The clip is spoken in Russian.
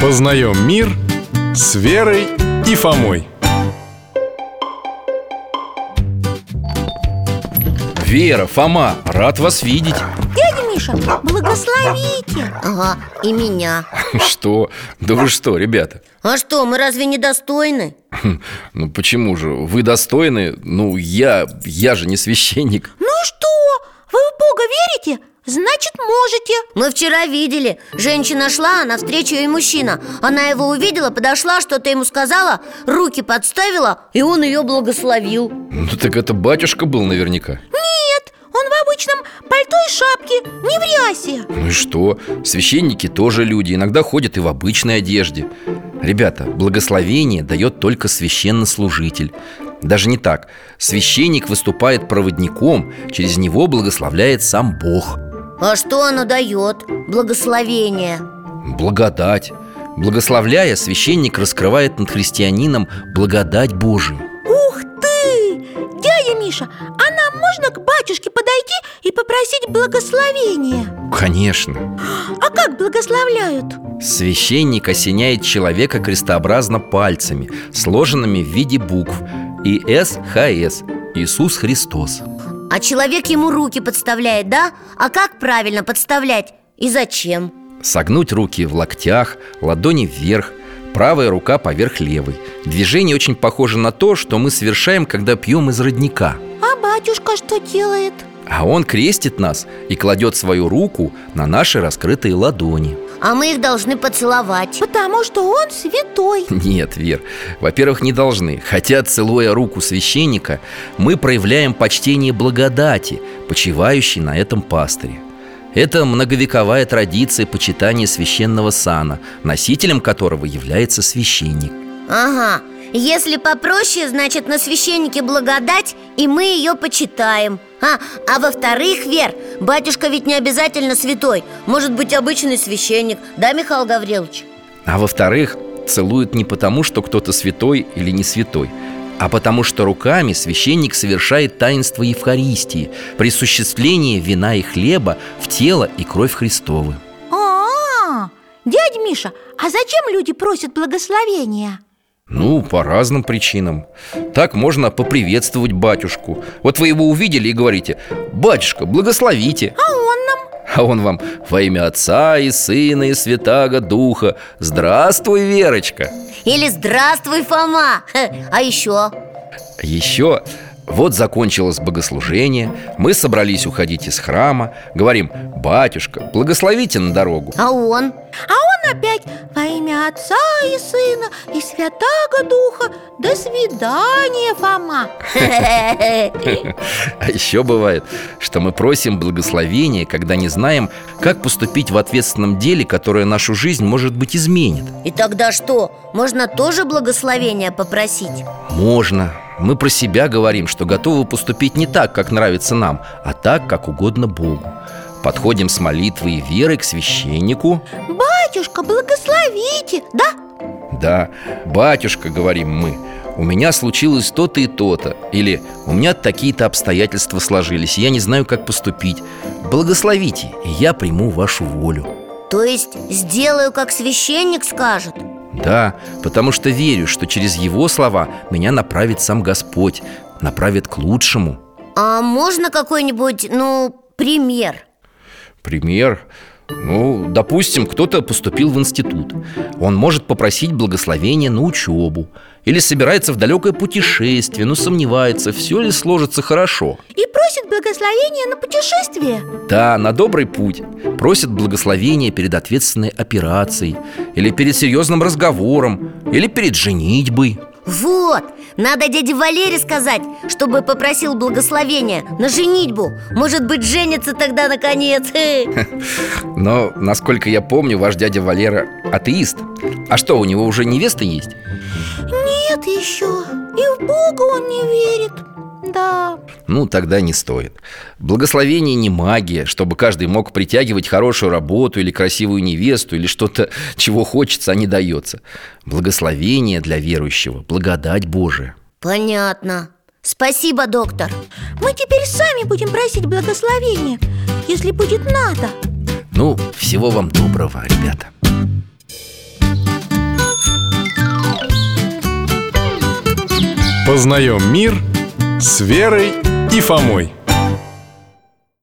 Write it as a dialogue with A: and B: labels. A: Познаем мир с Верой и Фомой
B: Вера, Фома, рад вас видеть
C: Дядя Миша, благословите
D: Ага, и меня
B: Что? Да вы что, ребята?
D: А что, мы разве не достойны?
B: Ну почему же? Вы достойны? Ну я, я же не священник
C: Ну и что? Вы в Бога верите? Значит, можете
D: Мы вчера видели Женщина шла, а навстречу ей мужчина Она его увидела, подошла, что-то ему сказала Руки подставила, и он ее благословил
B: Ну так это батюшка был наверняка
C: Нет, он в обычном пальто и шапке, не в рясе
B: Ну и что? Священники тоже люди, иногда ходят и в обычной одежде Ребята, благословение дает только священнослужитель Даже не так Священник выступает проводником, через него благословляет сам Бог
D: А что оно дает? Благословение
B: Благодать Благословляя, священник раскрывает над христианином благодать Божию
C: Ух ты! Дядя Миша, а нам можно к батюшке подойти и попросить благословения?
B: Конечно
C: А как благословляют?
B: Священник осеняет человека крестообразно пальцами, сложенными в виде букв ИСХС Иисус Христос
D: А человек ему руки подставляет, да? А как правильно подставлять? И зачем?
B: Согнуть руки в локтях, ладони вверх, правая рука поверх левой. Движение очень похоже на то, что мы совершаем, когда пьем из родника.
C: А батюшка что делает?
B: А он крестит нас и кладет свою руку на наши раскрытые ладони.
D: А мы их должны поцеловать
C: Потому что он святой
B: Нет, Вер, во-первых, не должны. Хотя, целуя руку священника, мы проявляем почтение благодати, почивающей на этом пастыре. Это многовековая традиция почитания священного сана, носителем которого является священник.
D: Ага, если попроще, значит на священнике благодать, и мы ее почитаем А, а во-вторых, Вер, батюшка ведь не обязательно святой Может быть обычный священник, да, Михаил Гаврилович?
B: А во-вторых, целуют не потому, что кто-то святой или не святой, а потому что руками священник совершает таинство Евхаристии, присуществление вина и хлеба в тело и кровь Христовы.
C: а Дядя Миша, а зачем люди просят благословения?
B: Ну, по разным причинам. Так можно поприветствовать батюшку. Вот вы его увидели и говорите «Батюшка, благословите!»
C: А он нам?
B: А он вам «Во имя Отца и Сына и Святаго Духа! Здравствуй, Верочка!»
D: Или здравствуй, Фома Хе, А еще?
B: Еще вот закончилось богослужение, мы собрались уходить из храма, говорим «Батюшка, благословите на дорогу».
D: А он?
C: А он опять во имя Отца и Сына и Святаго Духа До свидания, Фома
B: А еще бывает, что мы просим благословения, когда не знаем, как поступить в ответственном деле, которое нашу жизнь, может быть, изменит.
D: И тогда что? Можно тоже благословение попросить?
B: Можно. Мы про себя говорим, что готовы поступить не так, как нравится нам, а так, как угодно Богу. Подходим с молитвой и верой к священнику.
C: Батюшка, благословите, да?
B: Да, батюшка, говорим мы, у меня случилось то-то и то-то. Или у меня такие-то обстоятельства сложились, я не знаю, как поступить. Благословите, и я приму вашу волю.
D: То есть сделаю, как священник скажет?
B: Да, потому что верю, что через его слова меня направит сам Господь, направит к лучшему.
D: А можно какой-нибудь, ну, пример?
B: Пример. Ну, допустим, кто-то поступил в институт. Он может попросить благословения на учебу. Или собирается в далекое путешествие, но сомневается, все ли сложится хорошо.
C: И просит благословения на путешествие
B: Да, на добрый путь. Просит благословения перед ответственной операцией. Или перед серьезным разговором. Или перед женитьбой.
D: Вот, надо дяде Валере сказать, чтобы попросил благословения на женитьбу Может быть, женится тогда наконец Хе.
B: Но, насколько я помню, ваш дядя Валера атеист. А что, у него уже невеста есть?
C: Нет еще, и в Бога он не верит Да,
B: Ну, тогда не стоит. Благословение не магия, чтобы каждый мог притягивать хорошую работу или красивую невесту, или что-то, чего хочется, а не дается. Благословение для верующего – благодать Божия.
D: Понятно Спасибо, доктор
C: мы теперь сами будем просить благословения, если будет надо
B: Ну, всего вам доброго, ребята. Познаем мир с Верой и Фомой.